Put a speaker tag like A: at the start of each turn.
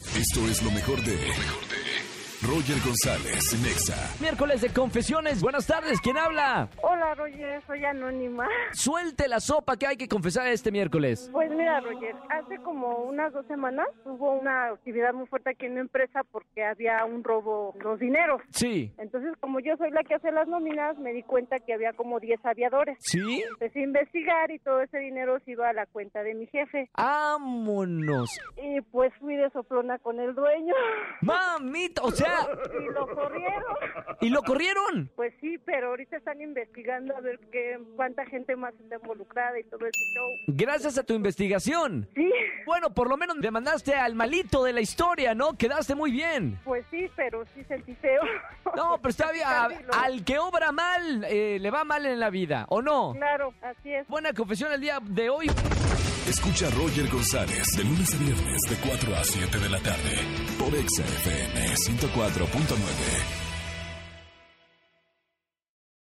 A: Esto es lo mejor de. Roger González, en Exa.
B: Miércoles de confesiones. Buenas tardes, ¿quién habla?
C: Hola Roger, soy anónima.
B: Suelte la sopa que hay que confesar este miércoles.
C: Pues mira Roger, hace como unas dos semanas hubo una actividad muy fuerte aquí en mi empresa porque había un robo de los dineros.
B: Sí.
C: Entonces como yo soy la que hace las nóminas, me di cuenta que había como 10 aviadores.
B: ¿Sí?
C: Empecé a investigar y todo ese dinero se iba a la cuenta de mi jefe.
B: ¡Vámonos!
C: Y pues fui de soplona con el dueño
B: ¡Mamita! O sea,
C: y lo corrieron.
B: ¿y lo corrieron?
C: Pues sí, pero ahorita están investigando a ver qué, cuánta gente más está involucrada y todo ese show.
B: Gracias a tu investigación.
C: Sí,
B: Bueno, por lo menos demandaste al malito de la historia, ¿no? Quedaste muy bien.
C: pues sí, pero sí sentí feo.
B: No, pero está bien. a- al que obra mal, eh, le va mal en la vida, ¿o no?
C: Claro, así es.
B: Buena confesión el día de hoy.
A: Escucha a Roger González de lunes a viernes de 4 a 7 de la tarde por Exa FM 104.9.